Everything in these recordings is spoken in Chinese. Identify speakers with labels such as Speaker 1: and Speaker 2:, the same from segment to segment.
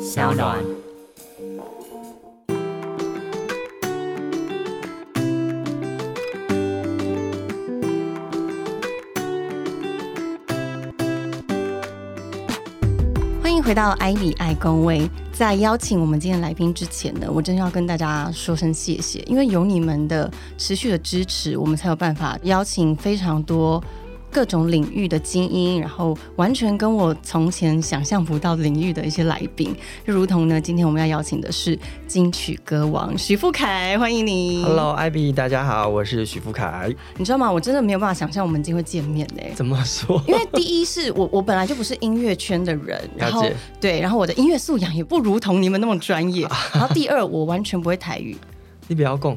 Speaker 1: 小暖。欢迎回到艾比爱公位。在邀请我们今天来宾之前呢，我真要跟大家说声谢谢，因为有你们的持续的支持，我们才有办法邀请非常多各种领域的精英，然后完全跟我从前想象不到领域的一些来宾，就如同呢，今天我们要邀请的是金曲歌王许富凯，欢迎你。
Speaker 2: Hello，艾比，大家好，我是许富凯。
Speaker 1: 你知道吗？我真的没有办法想象我们今天会见面呢、
Speaker 2: 怎么 说？
Speaker 1: 因为第一是我 我本来就不是音乐圈的人，然后
Speaker 2: 了解
Speaker 1: 对，然后我的音乐素养也不如同你们那么专 业。然后第二，我完全不会台语，
Speaker 2: 你不要供，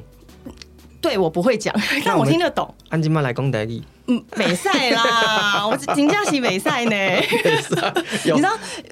Speaker 1: 对我不会讲，但
Speaker 2: 我
Speaker 1: 我
Speaker 2: 们
Speaker 1: 听得懂。
Speaker 2: 安静慢来供得力。
Speaker 1: 嗯，美赛 啦，我评价起美赛呢。
Speaker 2: 有
Speaker 1: 你知道，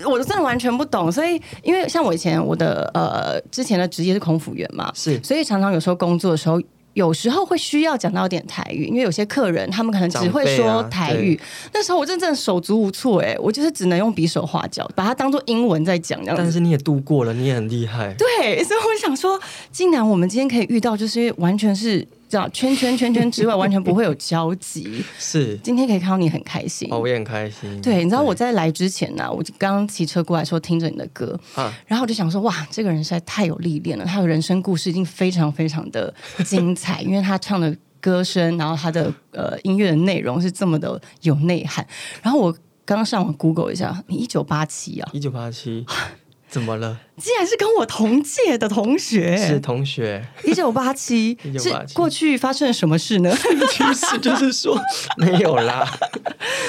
Speaker 1: 我真的完全不懂，所以因为像我以前我的呃之前的职业是空服员嘛，
Speaker 2: 是
Speaker 1: 所以常常有时候工作的时候。有时候会需要讲到一点台语，因为有些客人他们可能只会
Speaker 2: 长辈
Speaker 1: 说
Speaker 2: 啊
Speaker 1: 台语。那时候我真的手足无措、哎，我就是只能用比手画脚，把它当做英文在讲这样
Speaker 2: 但
Speaker 1: 子。
Speaker 2: 是你也度过了，你也很厉害。
Speaker 1: 对，所以我想说，竟然我们今天可以遇到，就是完全是这样圈圈圈圈之外，完全不会有交 集。
Speaker 2: 是，
Speaker 1: 今天可以看到你很开心。
Speaker 2: 哦，我也很开心。
Speaker 1: 嗯对，你知道我在来之前呢、我就刚刚骑车过来说听着你的歌，
Speaker 2: 啊，
Speaker 1: 然后我就想说，哇，这个人实在太有历练了，他的人生故事一定非常非常的精彩，因为他唱的歌声，然后他的呃音乐的内容是这么的有内涵。然后我刚刚上网 Google 一下，你一九八七啊，
Speaker 2: 一九八 七，怎么了？
Speaker 1: 竟然是跟我同届的同
Speaker 2: 是
Speaker 1: 学，
Speaker 2: 同学，
Speaker 1: 一九八七，是
Speaker 2: 1987
Speaker 1: 过去发生了什么事呢？
Speaker 2: 其实就是说没有啦。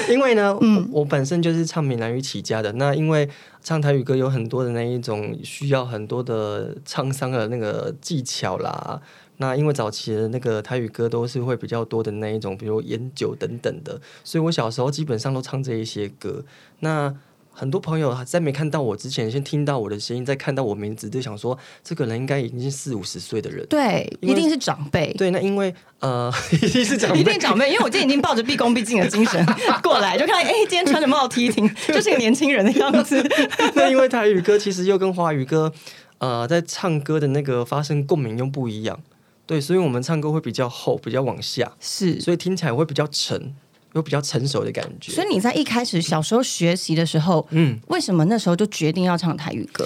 Speaker 2: 因为呢，我我本身就是唱闽南语起家的。那因为唱台语歌有很多的那一种需要很多的唱商的那个技巧啦。那因为早期的那个台语歌都是会比较多的那一种，比如烟酒等等的，所以我小时候基本上都唱这一些歌。那很多朋友在没看到我之前，先听到我的声音，再看到我名字，就想说这个人应该已经是四五十岁的人。
Speaker 1: 对，
Speaker 2: 因为
Speaker 1: 一定是长辈。
Speaker 2: 对，那因为呃， 一定是长辈
Speaker 1: 一定长辈，因为我今天已经抱着毕恭毕敬的精 神过来，就看到哎、今天穿着帽 T 挺，就是个年轻人的样子。
Speaker 2: 那因为台语歌其实又跟华语歌，呃，在唱歌的那个发生共鸣又不一样，对，所以我们唱歌会比较厚，比较往下，
Speaker 1: 是，
Speaker 2: 所以听起来会比较沉，有比较成熟的感
Speaker 1: 所
Speaker 2: 觉。
Speaker 1: 以你在一开始小时候学习的时候，
Speaker 2: 嗯，
Speaker 1: 为什么那时候就决定要唱台语歌？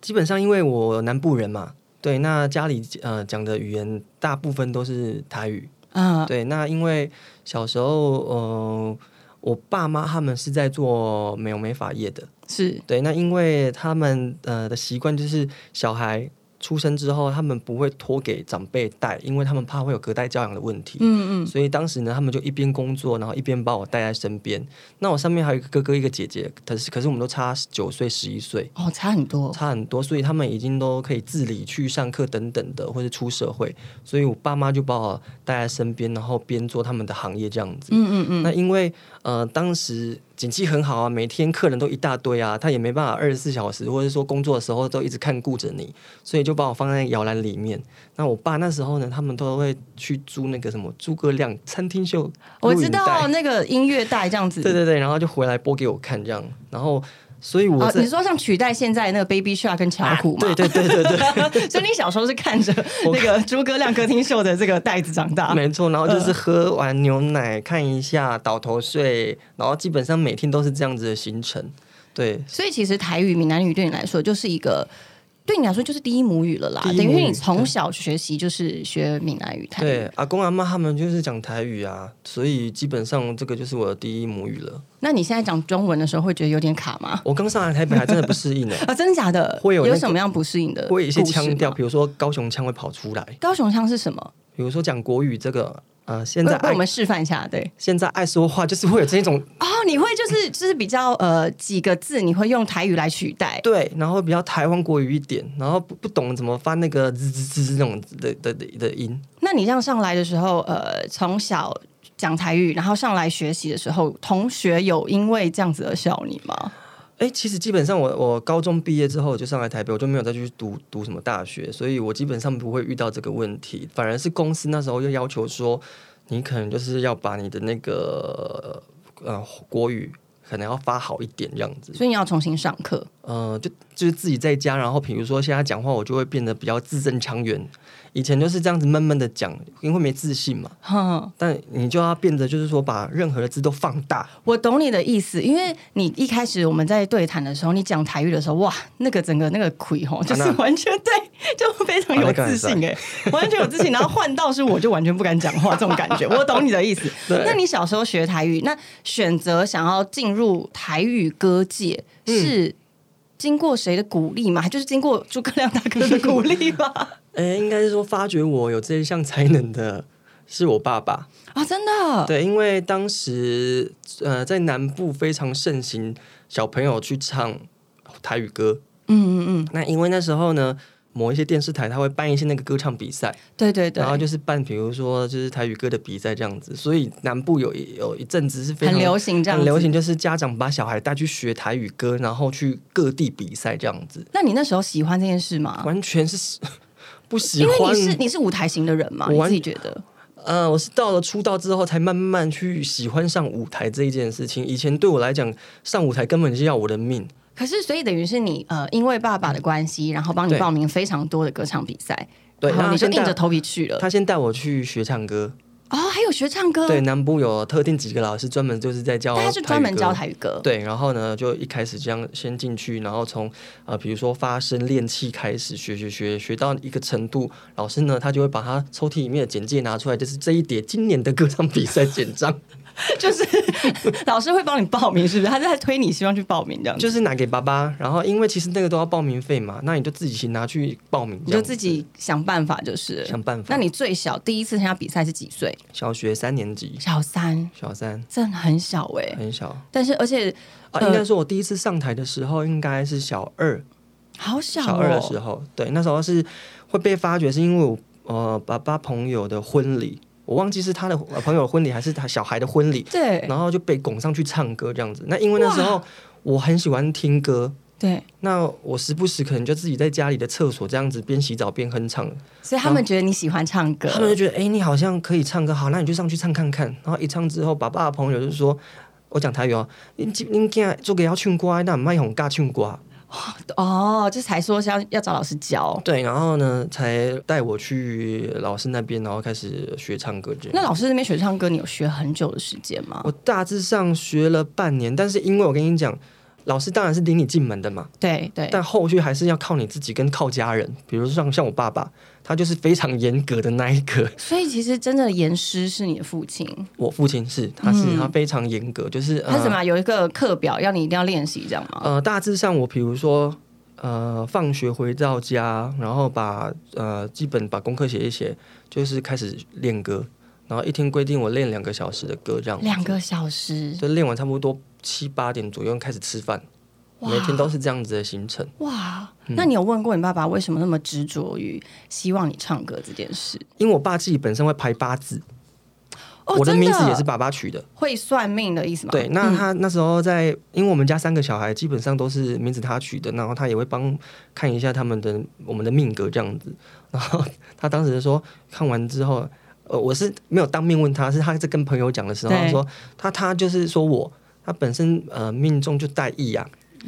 Speaker 2: 基本上因为我南部人嘛，对，那家里呃讲的语言大部分都是台语，
Speaker 1: 啊、
Speaker 2: 对，那因为小时候呃，我爸妈他们是在做美容美发业的，
Speaker 1: 是
Speaker 2: 对，那因为他们呃的习惯就是小孩出生之后，他们不会托给长辈带，因为他们怕会有隔代教养的问题。嗯嗯。所以当时呢，他们就一边工作，然后一边把我带在身边。那我上面还有一个哥哥，一个姐姐，可是可是我们都差九岁、十一岁，
Speaker 1: 哦，差很多。
Speaker 2: 差很多，所以他们已经都可以自理去上课等等的，或是出社会。所以我爸妈就把我带在身边，然后边做他们的行业这样子。
Speaker 1: 嗯嗯嗯，
Speaker 2: 那因为呃，当时景气很好啊，每天客人都一大堆啊，他也没办法二十四小时，或者说工作的时候都一直看顾着你，所以就把我放在摇篮里面。那我爸那时候呢，他们都会去租那个什么诸葛亮餐厅秀，
Speaker 1: 哦我知
Speaker 2: 录
Speaker 1: 道
Speaker 2: 影带，
Speaker 1: 那个音乐带这样子。
Speaker 2: 对对对，然后就回来播给我看这样，然后所以我
Speaker 1: 哦，
Speaker 2: 在、
Speaker 1: 你说像取代现在那个 Baby Shark 跟巧虎嘛？
Speaker 2: 对对对对对。
Speaker 1: 对。 所以你小时候是看着那个诸葛亮歌厅秀的这个袋子长大。
Speaker 2: 没 错，然后就是喝完牛奶、看一下倒头睡，然后基本上每天都是这样子的行程。对，
Speaker 1: 所以其实台语、闽南语对你来说就是一个。对你来说就是第一母语了啦，
Speaker 2: 第一
Speaker 1: 等
Speaker 2: 母语
Speaker 1: 于你从小学习就是学闽南语、台语。
Speaker 2: 对，阿公阿妈他们就是讲台语啊，所以基本上这个就是我的第一母语了。
Speaker 1: 那你现在讲中文的时候会觉得有点卡吗？
Speaker 2: 我刚上来台北还真的不适应呢、
Speaker 1: 啊，真的假的？
Speaker 2: 会有那个
Speaker 1: 什么样不适应的？
Speaker 2: 会有一些腔调，。比如说高雄腔会跑出来，
Speaker 1: 高雄腔是什么？
Speaker 2: 比如说讲国语这个，呃，现在
Speaker 1: 为为
Speaker 2: 爱
Speaker 1: 我们示范一下，对。
Speaker 2: 现在爱说话就是会有这种
Speaker 1: 哦，你会就是 就是比较呃几个字，你会用台语来取代。
Speaker 2: 对，然后比较台湾国语一点，然后不不懂怎么发那个滋滋滋那种的的的的音。
Speaker 1: 那你这样上来的时候，呃，从小讲台语，然后上来学习的时候，同学有因为这样子而笑你吗？
Speaker 2: 哎、其实基本上我我高中毕业之后我就上来台北，我就没有再去读读什么大学，所以我基本上不会遇到这个问题。反而是公司那时候又要求说，你可能就是要把你的那个呃国语可能要发好一点这样子。
Speaker 1: 所以你要重新上课。
Speaker 2: 呃，就就是自己在家，然后比如说现在讲话，我就会变得比较字正腔圆。以前就是这样子闷闷的讲，因为没自信嘛。
Speaker 1: 哼，
Speaker 2: 但你就要变得就是说，把任何的字都放大。
Speaker 1: 我懂你的意思，因为你一开始我们在对谈的时候，你讲台语的时候，哇，那个整个那个 魁吼，就是
Speaker 2: 那
Speaker 1: 完全对，就非常有
Speaker 2: 啊那个很
Speaker 1: 自信哎、完全有自信。然后换到是我就完全不敢讲话这种感觉，我懂你的意思。
Speaker 2: 对
Speaker 1: 那你小时候学台语，那选择想要进入台语歌界
Speaker 2: 嗯
Speaker 1: 是？经过谁的鼓励嘛？就是经过诸葛亮大哥的鼓 励吧？
Speaker 2: 诶，应该是说发掘我有这一项才能的是我爸爸。
Speaker 1: 啊，真的，
Speaker 2: 对，因为当时呃在南部非常盛行小朋友去唱台语歌。
Speaker 1: 嗯嗯嗯，
Speaker 2: 那因为那时候呢，某一些电视台他会办一些那个歌唱比赛，
Speaker 1: 对对对
Speaker 2: 然，后就是办比如说就是台语歌的比赛这样子，所以南部有一有一阵子是非
Speaker 1: 很
Speaker 2: 常
Speaker 1: 流行这样，
Speaker 2: 很流。行，就是家长把小孩带去学台语歌，然后去各地比赛这样子，
Speaker 1: 那你那时候喜欢这件事吗？
Speaker 2: 完全是 不喜
Speaker 1: 因为
Speaker 2: 欢
Speaker 1: 你。是你是舞台型的人嘛，
Speaker 2: 我
Speaker 1: 你
Speaker 2: 完
Speaker 1: 自己觉得
Speaker 2: 呃，我是到了出道之后才慢慢去喜欢上舞台这一件事情。以前对我来讲，上舞台根本是要我的命。
Speaker 1: 可是，所以等于是你呃，因为爸爸的关系，然后帮你
Speaker 2: 对
Speaker 1: 报名非常多的歌唱比赛，
Speaker 2: 对，
Speaker 1: 然后哦你就
Speaker 2: 现
Speaker 1: 硬着
Speaker 2: 在。
Speaker 1: 头皮去了。
Speaker 2: 他先带我去学唱歌，
Speaker 1: 哦，还有学唱歌，
Speaker 2: 对，南部有特定几个老师专门就是在教台语
Speaker 1: 但
Speaker 2: 歌，
Speaker 1: 他是专门教台语歌。
Speaker 2: 对，然后呢，就一开始这样先进去，然后从呃，比如说发声练气开始学学学，学到一个程度，老师呢，他就会把他抽屉里面的简介拿出来，就是这一叠今年的歌唱比赛简章，
Speaker 1: 就是 老师会帮你报名，是不是？他在推你，希望去报名这样子。
Speaker 2: 就是拿给爸爸。然后因为其实那个都要报名费嘛，那你就自己拿去报名，
Speaker 1: 你就自己想办法，就是
Speaker 2: 想办法
Speaker 1: 那你最小第一次参加比赛是几岁？
Speaker 2: 小学三年级，
Speaker 1: 小三，
Speaker 2: 小三
Speaker 1: 真的很小哎、
Speaker 2: 很小
Speaker 1: 但是而且
Speaker 2: 啊，应该说我第一次上台的时候应该是小二，
Speaker 1: 好小、哦，
Speaker 2: 小二的时候，对，那时候是会被发觉，是因为我呃爸爸朋友的婚礼，我忘记是他的呃朋友的婚礼还是他小孩的婚礼，
Speaker 1: 对
Speaker 2: 然后就被拱上去唱歌这样子。那因为那时候我很喜欢听歌，
Speaker 1: 对，
Speaker 2: 那我时不时可能就自己在家里的厕所这样子边洗澡边哼唱，
Speaker 1: 所以他们觉得你喜欢唱歌，
Speaker 2: 他们就觉得哎、诶你好像可以唱歌，好，那你就上去唱看看。然后一唱之后，爸爸的朋友就说。我讲台语哦，你你囝做个要唱歌，那唔卖红教唱歌。啊
Speaker 1: 哦，就才说是要要找老师教。
Speaker 2: 对，然后呢，才带我去老师那边，然后开始学唱歌这样。
Speaker 1: 那老师那边学唱歌，你有学很久的时间吗？
Speaker 2: 我大致上学了半年，但是因为我跟你讲，老师当然是领你进门的嘛，
Speaker 1: 对对，
Speaker 2: 但后续还是要靠你自己跟靠家人。比如说像像我爸爸，他就是非常严格的那一个，
Speaker 1: 所以其实真正的严师是你的父亲，
Speaker 2: 我父亲是，他是、
Speaker 1: 嗯
Speaker 2: 他非常严格，就是
Speaker 1: 他怎么
Speaker 2: 呃
Speaker 1: 啊有一个课表要你一定要练习，这样吗？
Speaker 2: 呃，大致上我比如说。呃，放学回到家，然后把呃基本把功课写一写，就是开始练歌，然后一天规定我练两个小时的歌这样子。
Speaker 1: 两个小时，
Speaker 2: 就练完差不多七八点左右开始吃饭，
Speaker 1: 哇
Speaker 2: 每天都是这样子的行程。
Speaker 1: 哇！
Speaker 2: 嗯
Speaker 1: 那你有问过你爸爸为什么那么执着于希望你唱歌这件事？
Speaker 2: 因为我爸自己本身会排八字，
Speaker 1: 哦，
Speaker 2: 我的
Speaker 1: 真
Speaker 2: 名字也是爸爸取的。
Speaker 1: 会算命的意思吗？
Speaker 2: 对，那他那时候在，因为我们家三个小孩基本上都是名字他取的，然后他也会帮看一下他们的我们的命格这样子。然后他当时就说，看完之后，呃，我是没有当面问他，是他在跟朋友讲的时候，
Speaker 1: 对
Speaker 2: 他说他他就是说我他本身呃命中就带艺啊，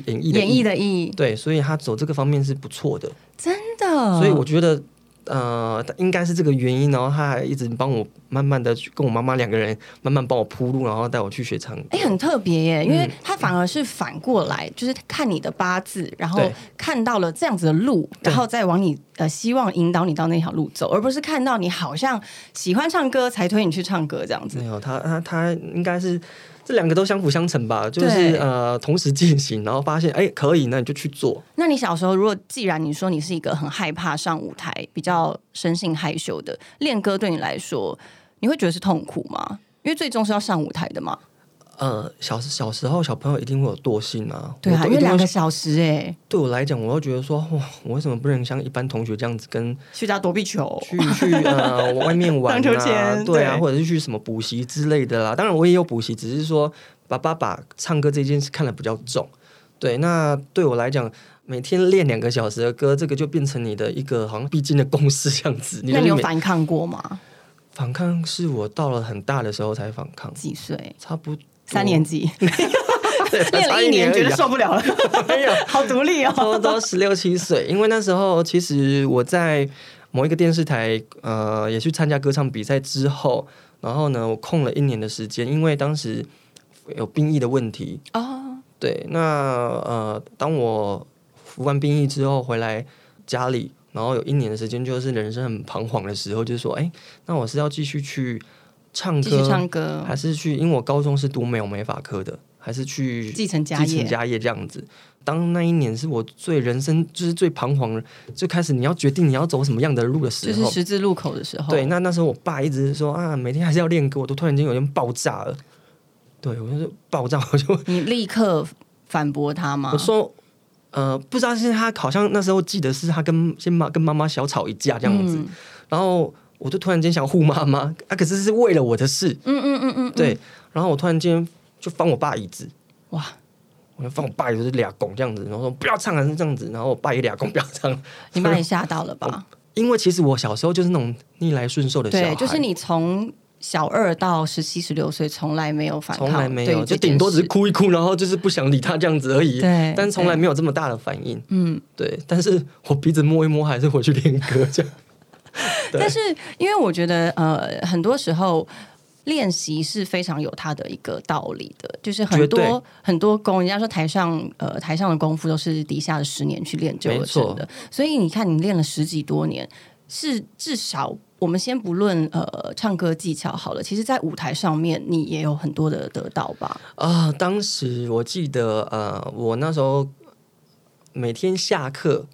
Speaker 2: 演艺的
Speaker 1: 演绎
Speaker 2: 艺，
Speaker 1: 的艺，
Speaker 2: 对，所以他走这个方面是不错的。
Speaker 1: 真的，
Speaker 2: 所以我觉得。呃，应该是这个原因，然后他还一直帮我慢慢的跟我妈妈两个人慢慢帮我铺路，然后带我去学唱歌。
Speaker 1: 哎、很特别耶，因
Speaker 2: 嗯
Speaker 1: 为他反而是反过来，就是看你的八字，然后
Speaker 2: 对
Speaker 1: 看到了这样子的路，
Speaker 2: 对
Speaker 1: 然后再往你呃希望引导你到那条路走，而不是看到你好像喜欢唱歌才推你去唱歌这样子。
Speaker 2: 没有他，他他应该是这两个都相辅相成吧，就是
Speaker 1: 对
Speaker 2: 呃同时进行，然后发现哎、可以，那你就去做。
Speaker 1: 那你小时候，如果既然你说你是一个很害怕上舞台、比较生性害羞的，练歌对你来说，你会觉得是痛苦吗？因为最终是要上舞台的嘛，
Speaker 2: 呃，小时小时候小朋友一定会有惰性啊，
Speaker 1: 对啊，
Speaker 2: 我都
Speaker 1: 因
Speaker 2: 一
Speaker 1: 为
Speaker 2: 定
Speaker 1: 两
Speaker 2: 会
Speaker 1: 个小时哎、
Speaker 2: 对我来讲，我会觉得说哇，我为什么不能像一般同学这样子跟
Speaker 1: 去打躲避球，
Speaker 2: 去去呃外面玩
Speaker 1: 荡秋千
Speaker 2: 啊，对啊，
Speaker 1: 对
Speaker 2: 或者是去什么补习之类的啦。当然我也有补习，只是说爸爸把唱歌这件事看得比较重。对，那对我来讲，每天练两个小时的歌，这个就变成你的一个好像必经的公式这样子。
Speaker 1: 那
Speaker 2: 就
Speaker 1: 你有
Speaker 2: 每
Speaker 1: 反抗过吗？
Speaker 2: 反抗是我到了很大的时候才反抗，
Speaker 1: 几岁？
Speaker 2: 差不多
Speaker 1: 三年级，
Speaker 2: 才
Speaker 3: 练
Speaker 2: 差
Speaker 3: 了一
Speaker 2: 一
Speaker 3: 年，觉
Speaker 2: 而已
Speaker 3: 得
Speaker 2: 啊
Speaker 3: 受不了 了，
Speaker 2: 没有，
Speaker 3: 好独立
Speaker 2: 差
Speaker 3: 哦。
Speaker 2: 不多十六七岁，因为那时候其实我在某一个电视台，呃，也去参加歌唱比赛之后，然后呢，我空了一年的时间，因为当时有兵役的问题。
Speaker 1: 哦，
Speaker 2: 对，那呃，当我服完兵役之后回来家里，然后有一年的时间，就是人生很彷徨的时候，就是说，哎，那我是要继续去唱
Speaker 1: 继续
Speaker 2: 歌，
Speaker 1: 唱歌，
Speaker 2: 还是去？因为我高中是读美容美发科的，还是去
Speaker 1: 继承家
Speaker 2: 继承
Speaker 1: 业，
Speaker 2: 家业这样子。当那一年是我最人生就是最彷徨，最开始你要决定你要走什么样的路的时
Speaker 1: 就
Speaker 2: 候，
Speaker 1: 是十字路口的时候，
Speaker 2: 对，，那那时候我爸一直说啊，每天还是要练歌，我都突然间有点爆炸了。对，我就是爆炸，我 就
Speaker 1: 你立刻反驳他吗？
Speaker 2: 我说，呃，不知道是他好像那时候记得是他跟先妈跟妈妈小吵一架这样子，
Speaker 1: 嗯
Speaker 2: 然后我就突然间想护妈妈啊，可是是为了我的事，
Speaker 1: 嗯嗯嗯嗯，
Speaker 2: 对，然后我突然间就翻我爸椅子，
Speaker 1: 哇，
Speaker 2: 我就翻我爸椅子就俩拱这样子，然后说不要唱啊是这样子，然后我爸也俩拱不要唱，
Speaker 1: 你把你吓到了吧？
Speaker 2: 因为其实我小时候就是那种逆来顺受的小孩，
Speaker 1: 对，就是你从小二到十七、十六岁，从来没有反抗，
Speaker 2: 从来没
Speaker 1: 对于
Speaker 2: 有，就
Speaker 1: 这件
Speaker 2: 顶多只
Speaker 1: 事
Speaker 2: 是哭一哭，然后就是不想理他这样子而已。
Speaker 1: 对
Speaker 2: 但从来
Speaker 1: 对
Speaker 2: 没有这么大的反应。
Speaker 1: 嗯。
Speaker 2: 对，但是我鼻子摸一摸，还是回去练歌这样。 对
Speaker 1: 但是因为我觉得，呃，很多时候。练习是非常有它的一个道理的，就是
Speaker 2: 绝
Speaker 1: 很
Speaker 2: 对
Speaker 1: 多很多功，人家说台上呃台上的功夫都是底下的十年去练就
Speaker 2: 没
Speaker 1: 而成
Speaker 2: 错
Speaker 1: 的，所以你看你练了十几多年，是至少我们先不论呃唱歌技巧好了，其实在舞台上面你也有很多的得到吧？
Speaker 2: 啊、当时我记得，呃，我那时候每天下课，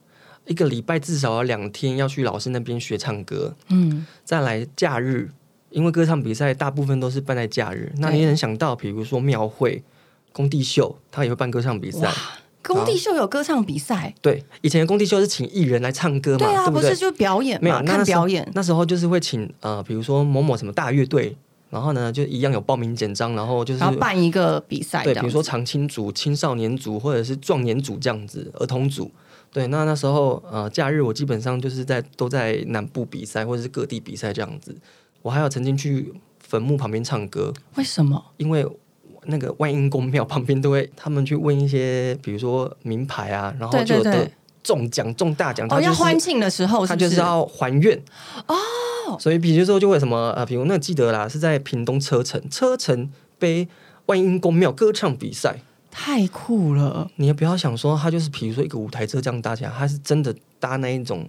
Speaker 2: 一个礼拜至少要两天要去老师那边学唱歌，
Speaker 1: 嗯，
Speaker 2: 再来假日，因为歌唱比赛大部分都是办在假日，那
Speaker 1: 对
Speaker 2: 你也能想到，比如说庙会、工地秀，他也会办歌唱比赛
Speaker 1: 哇。，工地秀有歌唱比赛，
Speaker 2: 对，以前的工地秀是请艺人来唱歌嘛，
Speaker 1: 对啊，
Speaker 2: 不
Speaker 1: 不
Speaker 2: 对
Speaker 1: 是？就表演
Speaker 2: 没有
Speaker 1: 嘛，
Speaker 2: 那
Speaker 1: 看
Speaker 2: 时候
Speaker 1: 表演，
Speaker 2: 那时候就是会请呃，比如说某某什么大乐队，然后呢就一样有报名简章，然后就是
Speaker 1: 然后办一个比赛，
Speaker 2: 对，
Speaker 1: 这
Speaker 2: 比
Speaker 1: 样
Speaker 2: 如说
Speaker 1: 子
Speaker 2: 长青组、青少年组或者是壮年组这样子，儿童组。对，那那时候呃，假日我基本上就是在都在南部比赛或者是各地比赛这样子。我还有曾经去坟墓旁边唱歌，
Speaker 1: 为什么？
Speaker 2: 因为那个万应公庙旁边都会他们去问一些，比如说名牌啊，然后
Speaker 1: 对
Speaker 2: 就有
Speaker 1: 对
Speaker 2: 得
Speaker 1: 对
Speaker 2: 中奖、中大奖，他
Speaker 1: 哦，
Speaker 2: 就
Speaker 1: 要
Speaker 2: 是
Speaker 1: 欢庆的时候是
Speaker 2: 他
Speaker 1: 不是，
Speaker 2: 就是要还愿哦。所以比如说就会什么呃，比如那记得啦，是在屏东车城车城杯万应公庙歌唱比赛。
Speaker 1: 太酷了，
Speaker 2: 你也不要想说它就是比如说一个舞台车这样搭起来，它是真的搭那一种，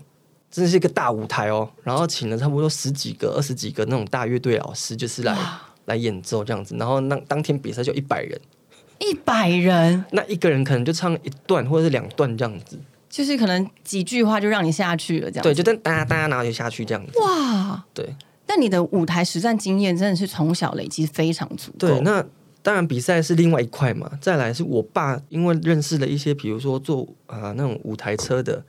Speaker 2: 真的是一个大舞台哦。然后请了差不多十几个、二十几个那种大乐队老师，就是来来演奏这样子。然后那当天比赛就一百人，
Speaker 1: 一百人，
Speaker 2: 那一个人可能就唱一段或者是两段这样子。
Speaker 1: 就是可能几句话就让你下去了，这样
Speaker 2: 对，
Speaker 1: 子
Speaker 2: 就但哒哒，然后就下去这样子。
Speaker 1: 哇。
Speaker 2: 对，
Speaker 1: 但你的舞台实战经验真的是从小累积非常足够。
Speaker 2: 对，那当然比赛是另外一块嘛。再来是我爸，因为认识了一些，比如说做啊、呃那种舞台车的，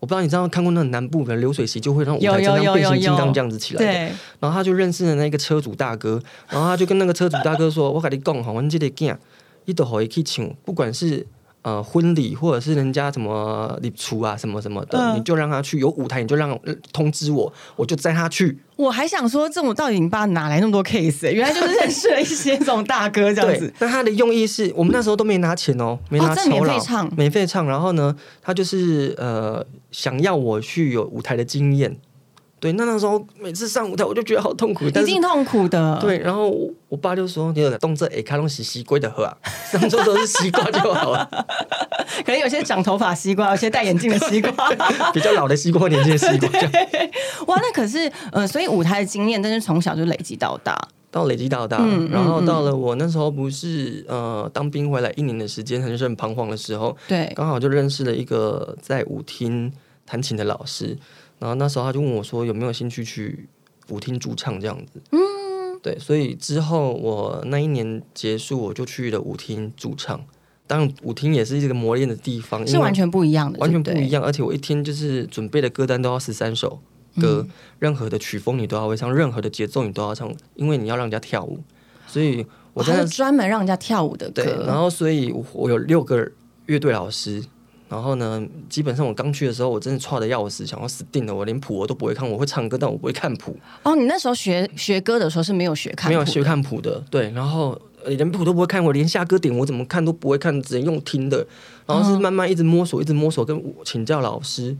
Speaker 2: 我不知道你知道看过那种南部的流水席，就会让舞台车
Speaker 1: 有有有
Speaker 2: 像变
Speaker 1: 有
Speaker 2: 形金
Speaker 1: 有
Speaker 2: 刚这样子起来的。
Speaker 1: 对
Speaker 2: 然后他就认识了那个车主大哥，然后他就跟那个车主大哥说：“ 我跟你讲吼，我们这个囝，你都可以去请，不管是呃婚礼或者是人家什么礼厨啊什么什么的，
Speaker 3: 嗯
Speaker 2: 你就让他去，有舞台你就让呃通知我，我就载他去。
Speaker 1: 我还想说，这种到底你爸哪来那么 多 case？、原来就是认识了一些这种大哥这样
Speaker 2: 对
Speaker 1: 子。，
Speaker 2: 那他的用意是我们那时候都没拿钱哦，没拿酬
Speaker 1: 这
Speaker 2: 劳，
Speaker 1: 免费唱
Speaker 2: 免费唱。然后呢，他就是呃想要我去有舞台的经验。对，那那时候每次上舞台我就觉得好痛苦，但
Speaker 1: 一
Speaker 2: 是
Speaker 1: 定痛苦的，，
Speaker 2: 对，然后我我爸就说：“你有动这哎，开东西西龟的喝啊，上周都是西瓜就好啊了，
Speaker 1: 可能有些长头发西瓜，有些戴眼镜的西瓜，
Speaker 2: 比较老的西瓜，年轻的西瓜。这样
Speaker 1: 哇，那可是呃，所以舞台的经验，但是从小就累积到大，
Speaker 2: 到累积到大，
Speaker 1: 嗯嗯
Speaker 2: 然后到了我那时候不是呃当兵回来一年的时间，很是很彷徨的时候，
Speaker 1: 对，
Speaker 2: 刚好就认识了一个在舞厅弹琴的老师，然后那时候他就问我说有没有兴趣去舞厅驻唱这样子。嗯，对，所以之后我那一年结束，我就去了舞厅驻唱。当然，舞厅也是一个磨练的地方，因
Speaker 1: 是
Speaker 2: 为
Speaker 1: 完全不一样的，
Speaker 2: 完全不
Speaker 1: 对对
Speaker 2: 一。样，而且我一天就是准备的歌单都要十三首歌，任何的曲风你都要会唱，任何的节奏你都要唱，因为你要让人家跳舞，所以我
Speaker 1: 他
Speaker 2: 真的
Speaker 1: 是专门让人家跳舞的
Speaker 2: 对，然
Speaker 1: 歌，
Speaker 2: 后所以我我有六个乐队老师，然后呢，基本上我刚去的时候，我真的差的要死，想要死定了，我连谱我都不会看，我会唱歌，但我不会看谱，
Speaker 1: 哦，你那时候学学歌的时候是没有学看
Speaker 2: 没有
Speaker 1: 谱
Speaker 2: 学
Speaker 1: 的
Speaker 2: 看谱的，对，然后呃连谱都不会看，我连下歌点我怎么看都不会看，只能用听的。然
Speaker 1: 嗯
Speaker 2: 后是慢慢一直摸索，一直摸索，跟请教老师，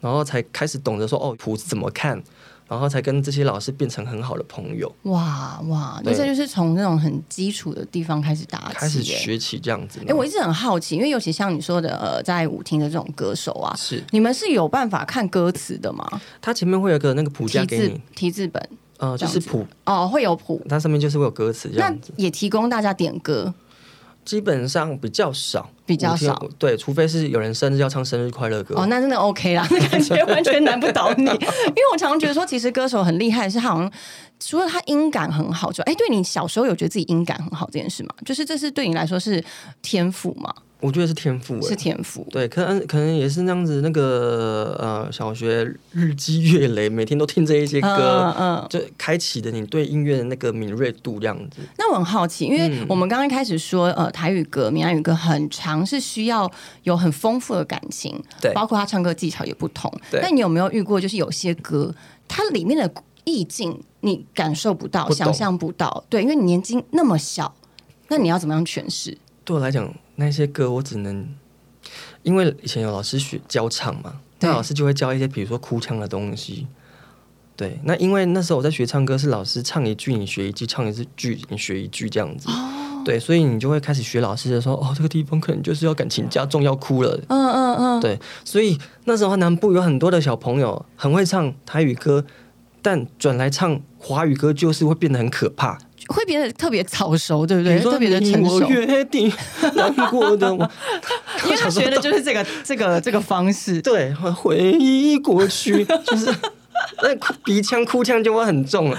Speaker 2: 然后才开始懂得说哦谱怎么看，然后才跟这些老师变成很好的朋友，
Speaker 1: 哇哇，那
Speaker 2: 对
Speaker 1: 这就是从那种很基础的地方开始打起、
Speaker 2: 开始
Speaker 1: 欸
Speaker 2: 学起这样子。
Speaker 1: 哎、我一直很好奇，因为尤其像你说的，呃，在舞厅的这种歌手啊，
Speaker 2: 是
Speaker 1: 你们是有办法看歌词的吗？
Speaker 2: 它前面会有一个那个谱架
Speaker 1: 题
Speaker 2: 给
Speaker 1: 字
Speaker 2: 你，
Speaker 1: 题字本
Speaker 2: 呃，就
Speaker 1: 这样
Speaker 2: 是
Speaker 1: 子
Speaker 2: 谱，
Speaker 1: 哦，会有谱，
Speaker 2: 它上面就是会有歌词这
Speaker 1: 那
Speaker 2: 样子。
Speaker 1: 也提供大家点歌，
Speaker 2: 基本上比较少，
Speaker 1: 比较
Speaker 2: 舞厅
Speaker 1: 少，
Speaker 2: 对，除非是有人生日要唱生日快乐歌。
Speaker 1: 哦，那真的 OK 啦，那感觉完全难不倒 你。因为我常常觉得说，其实歌手很厉害，是他好像除了他音感很好之外，哎、对你小时候有觉得自己音感很好这件事吗？就是这是对你来说是天赋嘛？
Speaker 2: 我觉得是天赋、欸，
Speaker 1: 是天赋。
Speaker 2: 对，可能可能也是那样子，那个呃，小学日积月累，每天都听这一些歌，
Speaker 1: 嗯，
Speaker 2: 就开启的你对音乐的那个敏锐度这样子。
Speaker 1: 那我很好奇，
Speaker 2: 嗯
Speaker 1: 因为我们刚刚一开始说，呃，台语歌、闽南语歌很长，是需要有很丰富的感情，
Speaker 2: 对
Speaker 1: 包括他唱歌技巧也不同。
Speaker 2: 对
Speaker 1: 那你有没有遇过，就是有些歌它里面的意境你感受不到、
Speaker 2: 不懂
Speaker 1: 想象不到？对，因为你年纪那么小，那你要怎么样诠释？
Speaker 2: 对我来讲，那些歌我只能，因为以前有老师学教唱嘛，
Speaker 1: 对
Speaker 2: 那老师就会教一些比如说哭腔的东西。对，那因为那时候我在学唱歌，是老师唱一句你学一句，唱一句你学一句这样子。
Speaker 1: 哦
Speaker 2: 对，所以你就会开始学老师的说，哦，这个地方可能就是要感情加重，要哭了。
Speaker 1: 嗯嗯嗯，
Speaker 2: 对，所以那时候南部有很多的小朋友很会唱台语歌，但转来唱华语歌就是会变得很可怕。
Speaker 1: 会变得特别早熟，对不
Speaker 2: 比
Speaker 1: 对？
Speaker 2: 如说
Speaker 1: 特别的
Speaker 2: 你
Speaker 1: 成
Speaker 2: 我
Speaker 1: 熟，
Speaker 2: 约 定难过的我，
Speaker 1: 因为他 学的就是这个、这个、这个方式。
Speaker 2: 对，回忆过去， 就是那哭鼻腔哭腔就会很重了，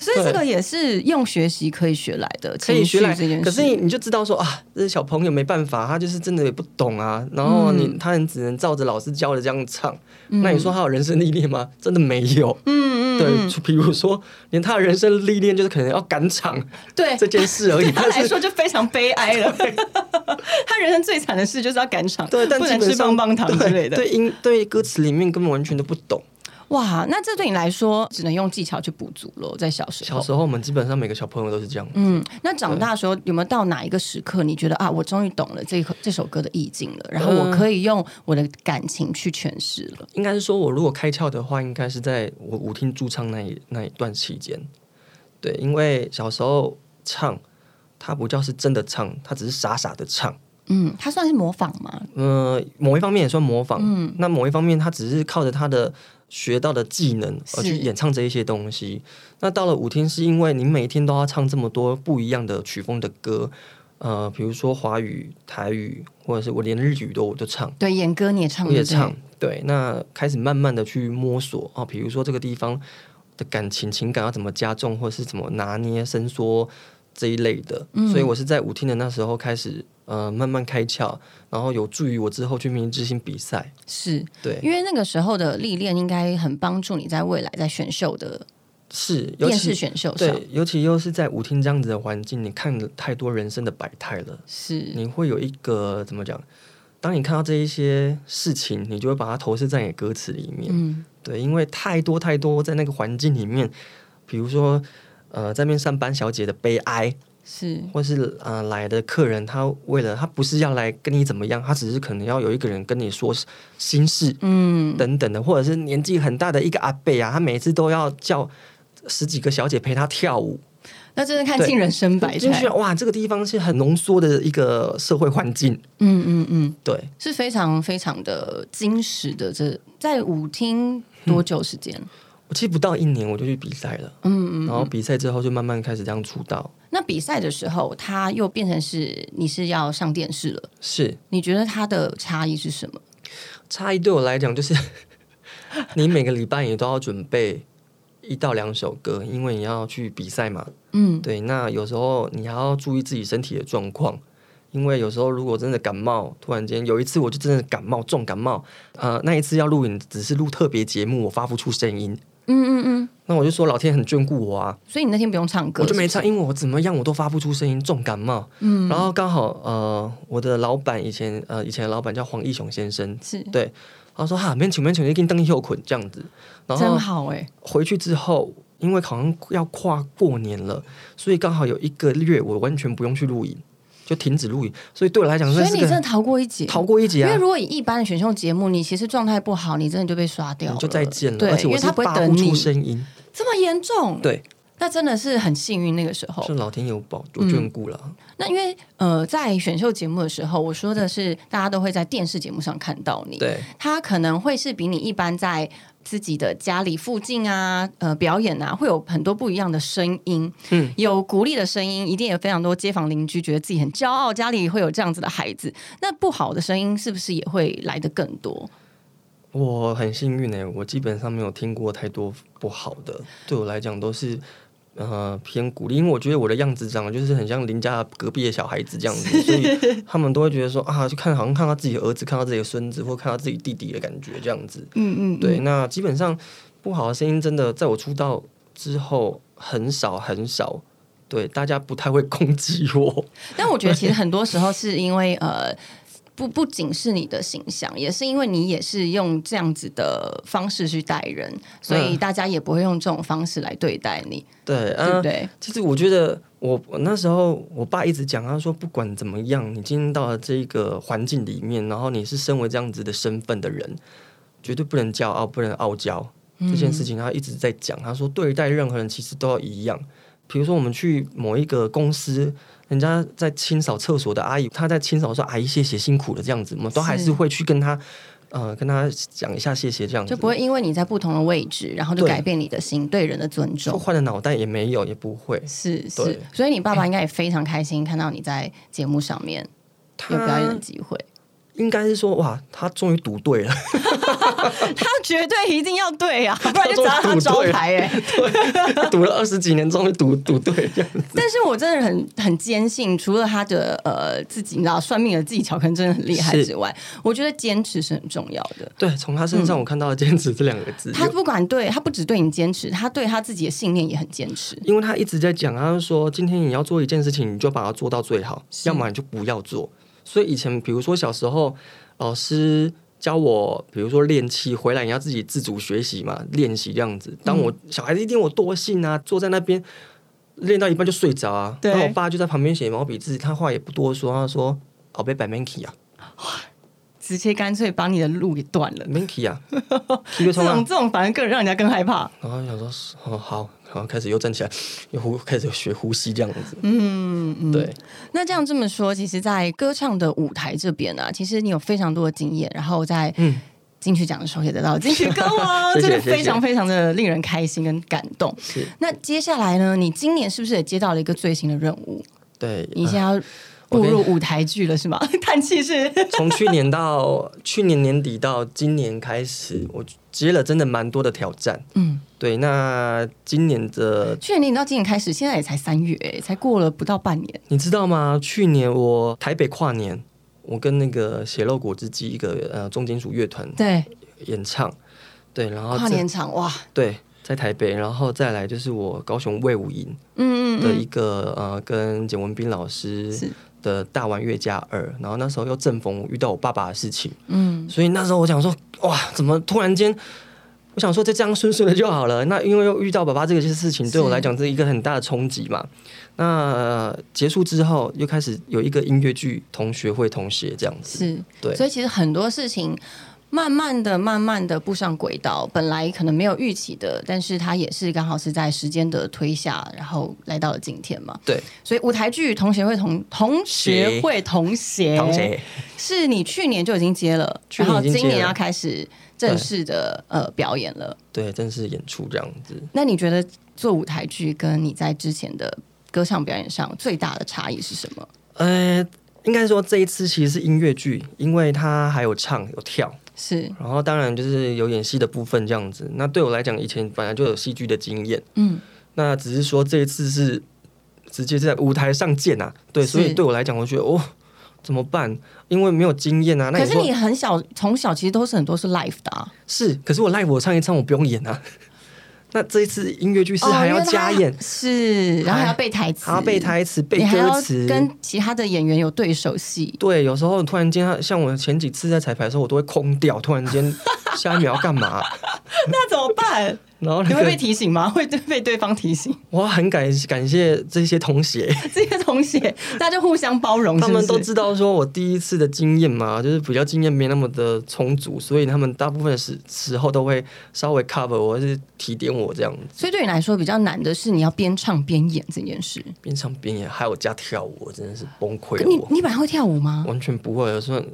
Speaker 1: 所以这
Speaker 2: 对
Speaker 1: 个也是用学习可以学来的，
Speaker 2: 可以学来
Speaker 1: 情绪这件。事。
Speaker 2: 可是你你就知道说啊，这小朋友没办法，他就是真的也不懂啊。然后你、
Speaker 1: 嗯
Speaker 2: 他人只能照着老师教的这样唱。那你说他有人生历练吗？真的没有。嗯嗯对，就比如说，连他的人生历练就是可能要赶场
Speaker 1: 对
Speaker 2: 这件事而已
Speaker 1: 对。他
Speaker 2: 但
Speaker 1: 来
Speaker 2: 是
Speaker 1: 说就非常悲哀 了。他人生最惨的事就是要赶场，
Speaker 2: 对，但
Speaker 1: 不
Speaker 2: 基
Speaker 1: 能
Speaker 2: 本
Speaker 1: 吃
Speaker 2: 上
Speaker 1: 棒棒糖之类的。
Speaker 2: 对对音对歌词里面根本完全都不懂。
Speaker 1: 哇，那这对你来说只能用技巧去补足了，在小时
Speaker 2: 小
Speaker 1: 候。
Speaker 2: 时候我们基本上每个小朋友都是这样。
Speaker 1: 嗯，那长大的时候有没有到哪一个时刻，你觉得啊，我终于懂了这个这首歌的意境了，然后
Speaker 2: 嗯
Speaker 1: 我可以用我的感情去诠释了。
Speaker 2: 应该是说，我如果开窍的话，应该是在我舞厅驻唱那一那一段期间。对，因为小时候唱，它不叫是真的唱，它只是傻傻的唱。
Speaker 1: 嗯，它算是模仿吗？
Speaker 2: 呃，某一方面也算模仿，嗯，那某一方面他只是靠着他的学到的技能而
Speaker 1: 是
Speaker 2: 去演唱这一些东西。那到了舞厅，是因为你每天都要唱这么多不一样的曲风的歌，呃，比如说华语、台语，或者是我连日语都我都唱。
Speaker 1: 对，演歌你也唱，
Speaker 2: 我也
Speaker 1: 对不对
Speaker 2: 唱，对，那开始慢慢的去摸索哦，比如说这个地方的感情情感要怎么加重，或者是怎么拿捏伸缩这一类的，
Speaker 1: 嗯
Speaker 2: 所以我是在舞厅的那时候开始呃慢慢开窍，然后有助于我之后去明日之星比赛，
Speaker 1: 是
Speaker 2: 对，
Speaker 1: 因为那个时候的历练应该很帮助你在未来在选秀的
Speaker 2: 是，尤
Speaker 1: 电视
Speaker 2: 其
Speaker 1: 选秀上
Speaker 2: 对，尤其又是在舞厅这样子的环境，你看了太多人生的百态了，
Speaker 1: 是
Speaker 2: 你会有一个怎么讲？当你看到这一些事情，你就会把它投射在你的歌词里面。
Speaker 1: 嗯
Speaker 2: 对，因为太多太多在那个环境里面，比如说呃，在面上班小姐的悲哀，
Speaker 1: 是
Speaker 2: 或是呃来的客人，他为了他不是要来跟你怎么样，他只是可能要有一个人跟你说心事
Speaker 1: 嗯
Speaker 2: 等等的，或者是年纪很大的一个阿伯啊，他每次都要叫。十几个小姐陪他跳舞，
Speaker 1: 那真的看
Speaker 2: 对
Speaker 1: 尽人生百
Speaker 2: 就
Speaker 1: 态
Speaker 2: 是，哇，这个地方是很浓缩的一个社会环境，
Speaker 1: 嗯嗯嗯，
Speaker 2: 对，
Speaker 1: 是非常非常的矜持的。这在舞厅
Speaker 2: 嗯
Speaker 1: 多久时间？
Speaker 2: 我其实不到一年我就去比赛了，嗯嗯，然后比赛之后就慢慢开始这样出道，
Speaker 1: 那比赛的时候，它又变成是你是要上电视了，
Speaker 2: 是，
Speaker 1: 你觉得它的差异是什么？
Speaker 2: 差异对我来讲就是， 你每个礼拜你都要准备一到两首歌，因为你要去比赛嘛。
Speaker 1: 嗯，
Speaker 2: 对，那有时候你还要注意自己身体的状况，因为有时候如果真的感冒，突然间有一次我就真的感冒重感冒，呃，那一次要录影只是录特别节目，我发不出声音。
Speaker 1: 嗯嗯嗯，
Speaker 2: 那我就说老天很眷顾我啊，
Speaker 1: 所以你那天不用唱歌，
Speaker 2: 我就没唱，因为我怎么样我都发不出声音，重感冒。嗯，然后刚好呃，我的老板以前呃以前的老板叫黄义雄先生，
Speaker 1: 是
Speaker 2: 对，他说哈，免请免请，你跟邓后捆这样子。然
Speaker 1: 真
Speaker 2: 后
Speaker 1: 好哎、
Speaker 2: 回去之后，因为好像要跨过年了，所以刚好有一个月我完全不用去录影，就停止录影，所以对我来讲
Speaker 1: 所
Speaker 2: 算
Speaker 1: 以
Speaker 2: 是
Speaker 1: 你真的
Speaker 2: 个
Speaker 1: 逃过一劫，
Speaker 2: 逃过一劫
Speaker 1: 因为
Speaker 2: 啊
Speaker 1: 如。果以一般的选秀节目，你其实状态不好，你真的就被刷掉了，
Speaker 2: 你就再见了，
Speaker 1: 对，
Speaker 2: 而且
Speaker 1: 因
Speaker 2: 我
Speaker 1: 为
Speaker 2: 是
Speaker 1: 他不会
Speaker 2: 发
Speaker 1: 等
Speaker 2: 不
Speaker 1: 你
Speaker 2: 出，声音，
Speaker 1: 这么严重，
Speaker 2: 对，
Speaker 1: 那真的是很幸运那个时候
Speaker 2: 是。老天有保我
Speaker 1: 嗯
Speaker 2: 眷顾了。
Speaker 1: 那因为呃，在选秀节目的时候，我说的是大家都会在电视节目上看到你，
Speaker 2: 对，
Speaker 1: 他可能会是比你一般在自己的家里附近啊，呃，表演啊，会有很多不一样的声音，
Speaker 2: 嗯，
Speaker 1: 有鼓励的声音，一定有非常多街坊邻居觉得自己很骄傲，家里会有这样子的孩子。那不好的声音是不是也会来的更多？
Speaker 2: 我很幸运哎、我基本上没有听过太多不好的，对我来讲都是呃偏鼓励，因为我觉得我的样子长得就是很像邻家隔壁的小孩子这样 子，所以他们都会觉得说啊，就看好像看到自己的儿子，看到自己的孙子，或看到自己弟弟的感觉这样子。
Speaker 1: 嗯嗯，
Speaker 2: 对，那基本上不好的声音真的在我出道之后很少很少，对大家不太会攻击我。
Speaker 1: 但我觉得其实很多时候是因为呃。不不仅是你的形象，也是因为你也是用这样子的方式去待人，所以
Speaker 2: 嗯
Speaker 1: 大家也不会用这种方式来对待你，
Speaker 2: 对，
Speaker 1: 对
Speaker 2: 啊
Speaker 1: 不，对？
Speaker 2: 其实我觉得我，我那时候我爸一直讲，他说不管怎么样，你今天到了这个环境里面，然后你是身为这样子的身份的人，绝对不能骄傲，不能傲娇。
Speaker 1: 嗯
Speaker 2: 这件事情他一直在讲，他说对待任何人其实都要一样。比如说我们去某一个公司，人家在清扫厕所的阿姨，她在清扫说：“阿姨谢谢辛苦了。”这样子，我们都还
Speaker 1: 是
Speaker 2: 是会去跟她，呃，跟她讲一下谢谢这样子，
Speaker 1: 就不会因为你在不同的位置，然后就
Speaker 2: 对
Speaker 1: 改变你的心对人的尊
Speaker 2: 就
Speaker 1: 重。
Speaker 2: 换了脑袋也没有，也不会。
Speaker 1: 是是
Speaker 2: 对，
Speaker 1: 所以你爸爸应该也非常开心看到你在节目上面有表演的机会，
Speaker 2: 应该是说，哇，他终于赌对了。嗯
Speaker 1: 他绝对一定要对啊，不然就砸到他招 牌哎、
Speaker 2: 赌了二十几年，终于赌赌对这样子。
Speaker 1: 但是我真的很很坚信，除了他的呃自己你知道算命的技巧可能真的很厉害
Speaker 2: 是
Speaker 1: 之外，我觉得坚持是很重要的。
Speaker 2: 对，从他身上我看到了“坚持”这两个字，
Speaker 1: 他不管对他不只对你坚持，他对他自己的信念也很坚持。
Speaker 2: 因为他一直在讲，他就说今天你要做一件事情，你就把它做到最好，要么你就不要做。所以以前，比如说小时候，老师教我，比如说练气，回来你要自己自主学习嘛，练习这样子。当
Speaker 1: 嗯
Speaker 2: 我、小孩子一定我惰性啊，坐在那边练到一半就睡着啊。
Speaker 1: 对
Speaker 2: 然后我爸就在旁边写毛笔字，他话也不多说，他说：“哦，被摆 Manky 啊
Speaker 1: 直接干脆把你的路给断了，
Speaker 2: ，Manky 啊，踢就
Speaker 1: 这
Speaker 2: 冲啊。
Speaker 1: 种”这种反而更让人家更害怕。
Speaker 2: 然后想说是哦好，然后开始又站起来，又呼开始学呼吸这样子。
Speaker 1: 嗯嗯，
Speaker 2: 对，
Speaker 1: 那这样这么说，其实，在歌唱的舞台这边啊，其实你有非常多的经验，然后在
Speaker 2: 嗯
Speaker 1: 金曲奖的时候也得到金曲歌 王，
Speaker 2: 谢谢
Speaker 1: 真的
Speaker 2: 谢谢
Speaker 1: 非常非常的令人开心跟感动。
Speaker 2: 是
Speaker 1: 那接下来呢，你今年是不是也接到了一个最新的任务？
Speaker 2: 对。
Speaker 1: 你现在要步入舞台剧了，是吗？ 叹气是
Speaker 2: 呃从去年到去年年底到今年开始，我接了真的蛮多的挑战。
Speaker 1: 嗯，
Speaker 2: 对，那今年的
Speaker 1: 去年年底到今年开始，现在也才三月、哎才过了不到半年。
Speaker 2: 你知道吗？去年我台北跨年，我跟那个血肉果汁机一个呃重金属乐团
Speaker 1: 对，哦
Speaker 2: 演唱，对，然后
Speaker 1: 跨
Speaker 2: 这
Speaker 1: 年场哇，
Speaker 2: 对在台北，然后再来就是我高雄魏武营
Speaker 1: 嗯嗯
Speaker 2: 的一
Speaker 1: 嗯，
Speaker 2: 个、呃跟简文斌老师
Speaker 1: 是
Speaker 2: 的大玩乐家二，然后那时候又正逢我遇到我爸爸的事情，
Speaker 1: 嗯，
Speaker 2: 所以那时候我想说，哇，怎么突然间？我想说，这这样顺顺的就好了。那因为又遇到爸爸这个事情，
Speaker 1: 是
Speaker 2: 对我来讲这是一个很大的冲击嘛。那、呃结束之后，又开始有一个音乐剧同学会同学这样子。
Speaker 1: 是。
Speaker 2: 对，
Speaker 1: 所以其实很多事情慢慢的、慢慢的步上轨道，本来可能没有预期的，但是它也是刚好是在时间的推下，然后来到了今天嘛。
Speaker 2: 对，
Speaker 1: 所以舞台剧同学会同同学会同协，
Speaker 2: 同学
Speaker 1: 是你去年就已经接了，
Speaker 2: 去年
Speaker 1: 然后
Speaker 2: 已经接
Speaker 1: 今年
Speaker 2: 了
Speaker 1: 要开始正式的呃表演了。
Speaker 2: 对，正式演出这样子。
Speaker 1: 那你觉得做舞台剧跟你在之前的歌唱表演上最大的差异是什么？
Speaker 2: 呃，应该说这一次其实是音乐剧，因为它还有唱有跳，
Speaker 1: 是，
Speaker 2: 然后当然就是有演戏的部分这样子。那对我来讲，以前本来就有戏剧的经验，
Speaker 1: 嗯，
Speaker 2: 那只是说这一次是直接在舞台上见啊，对，
Speaker 1: 是
Speaker 2: 所以对我来讲，我觉得哦怎么办？因为没有经验啊。那
Speaker 1: 可
Speaker 2: 你
Speaker 1: 是
Speaker 2: 说
Speaker 1: 你很小，从小其实都是很多是 live 的啊。
Speaker 2: 是，可是我 live 我唱一唱，我不用演啊。 那这一次音乐剧是
Speaker 1: 哦
Speaker 2: 还
Speaker 1: 因为
Speaker 2: 要
Speaker 1: 他
Speaker 2: 加演，
Speaker 1: 是，然后还要
Speaker 2: 还
Speaker 1: 背台词，
Speaker 2: 还要背，台词、背
Speaker 1: 你还
Speaker 2: 歌
Speaker 1: 要
Speaker 2: 词。
Speaker 1: 跟其他的演员有对 手戏，
Speaker 2: 对，有时候 突然间，像我前几次在彩排的时候，我都会空掉，突然间下一秒要干嘛？
Speaker 1: 那怎么办？
Speaker 2: 然后
Speaker 1: 你
Speaker 2: 那
Speaker 1: 会被
Speaker 2: 个
Speaker 1: 提醒吗？ 会对被对方提醒？
Speaker 2: 我很感感谢这些同学，
Speaker 1: 这些同学大家就互相包容，
Speaker 2: 他
Speaker 1: 是不
Speaker 2: 们
Speaker 1: 是
Speaker 2: 都知道说我第一次的经验嘛，就是比较经验没那么的充足，所以他们大部分的时时候都会稍微 cover 我，或是提点我这样子，
Speaker 1: 所以对你来说比较难的是你要边唱边演这件事。
Speaker 2: 边唱边演，还有加跳舞，我真的是崩溃了
Speaker 1: 可你
Speaker 2: 我。
Speaker 1: 你本来会跳舞吗？
Speaker 2: 完全不会，所以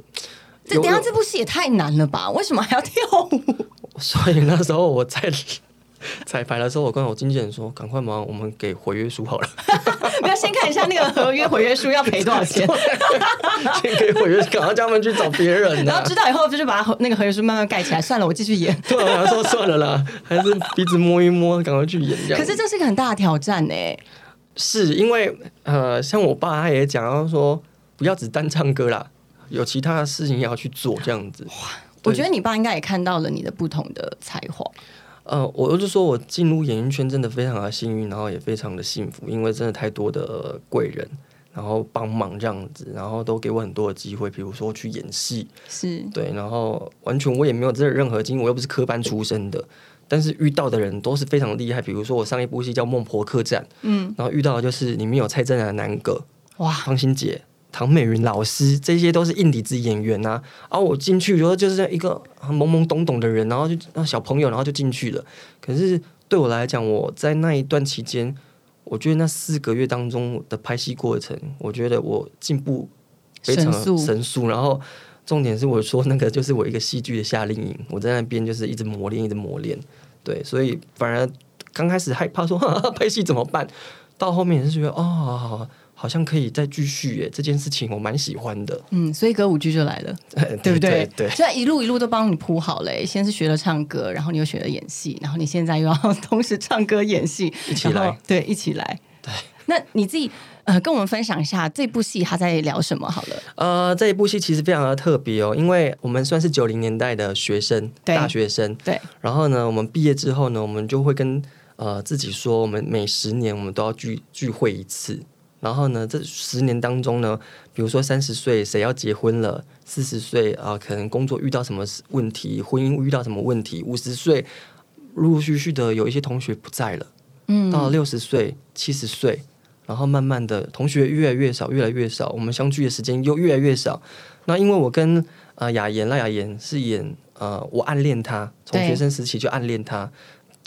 Speaker 1: 这
Speaker 2: 有
Speaker 1: 等一下
Speaker 2: 有
Speaker 1: 这部戏也太难了吧？为什么还要跳舞？
Speaker 2: 所以那时候我在 彩排的时候，我跟我经纪人说：“赶快忙，我们给合约书好了，
Speaker 1: 你要先看一下那个合约毁约书要赔多 少钱，
Speaker 2: 先给合约，赶快叫他们去找别人啊
Speaker 1: 然
Speaker 2: 呐、
Speaker 1: 后知道以后就是把合那个合约书慢慢盖起来。算了，我继续演。
Speaker 2: 对啊，我说算了啦，还是鼻子摸一摸，赶快去演这样。
Speaker 1: 可是这是一个很大的挑战哎、
Speaker 2: 是因为呃，像我爸他也讲到说，不要只单唱歌啦，有其他的事情也要去做这样子。
Speaker 1: 我觉得你爸应该也看到了你的不同的才华。
Speaker 2: 呃，我就说我进入演艺圈真的非常的幸运，然后也非常的幸福，因为真的太多的贵人，然后帮忙这样子，然后都给我很多的机会，比如说去演戏，
Speaker 1: 是
Speaker 2: 对，然后完全我也没有这任何经验，我又不是科班出身的。但是遇到的人都是非常厉害，比如说我上一部戏叫《孟婆客栈》，嗯，然后遇到的就是里面有蔡正南、南葛，
Speaker 1: 哇，
Speaker 2: 方啊心姐、唐美云老师，这些都是硬底子演员呐、啊。啊，我进去以后就是一个很懵懵懂懂的人，然后就啊小朋友，然后就进去了。可是对我来讲，我在那一段期间，我觉得那四个月当中的拍戏过程，我觉得我进步非常
Speaker 1: 神速
Speaker 2: 神速，然后。重点是我说那个就是我一个戏剧的夏令营，我在那边就是一直磨练，一直磨练，对，所以反而刚开始害怕说 哈哈拍戏怎么办，到后面也是觉得哦，好好好好像可以再继续耶，这件事情我蛮喜欢的，
Speaker 1: 嗯，所以歌舞剧就来了，对不对？
Speaker 2: 对，
Speaker 1: 所以一路一路都帮你铺好了欸、先是学了唱歌，然后你又学了演戏，然后你现在又要同时唱歌演戏，
Speaker 2: 一起来
Speaker 1: 然后，对，一起来，对。那你自己呃，跟我们分享一下这部戏他在聊什么好了？
Speaker 2: 呃，这一部戏其实非常的特别哦，因为我们算是九零年代的学生，
Speaker 1: 对
Speaker 2: 大学生。
Speaker 1: 对，
Speaker 2: 然后呢，我们毕业之后呢，我们就会跟呃自己说，我们每十年我们都要聚聚会一次。然后呢，这十年当中呢，比如说三十岁谁要结婚了，四十岁啊、可能工作遇到什么问题，婚姻遇到什么问题，五十岁陆陆续续的有一些同学不在了，嗯，到六十岁、七十岁，然后慢慢的同学越来越少，越来越少，我们相聚的时间又越来越少。那因为我跟呃雅妍赖雅妍是演呃我暗恋她，从
Speaker 1: 对
Speaker 2: 学生时期就暗恋她，